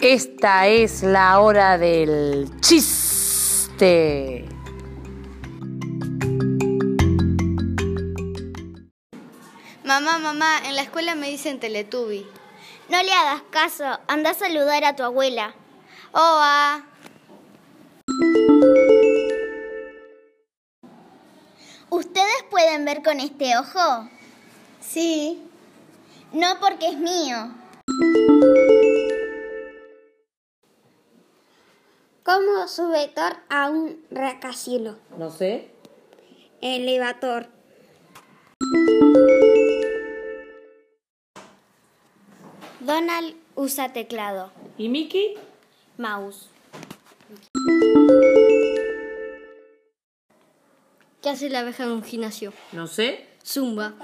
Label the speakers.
Speaker 1: Esta es la hora del chiste.
Speaker 2: Mamá, mamá, en la escuela me dicen Teletubi.
Speaker 3: No le hagas caso, anda a saludar a tu abuela.
Speaker 2: Oa.
Speaker 3: ¿Ustedes pueden ver con este ojo?
Speaker 2: Sí.
Speaker 3: No porque es mío.
Speaker 4: ¿Cómo subvector a un rascacielos?
Speaker 1: No sé.
Speaker 4: Elevador.
Speaker 2: Donald usa teclado.
Speaker 1: ¿Y Mickey?
Speaker 2: Mouse. ¿Qué hace la abeja en un gimnasio?
Speaker 1: No sé.
Speaker 2: Zumba.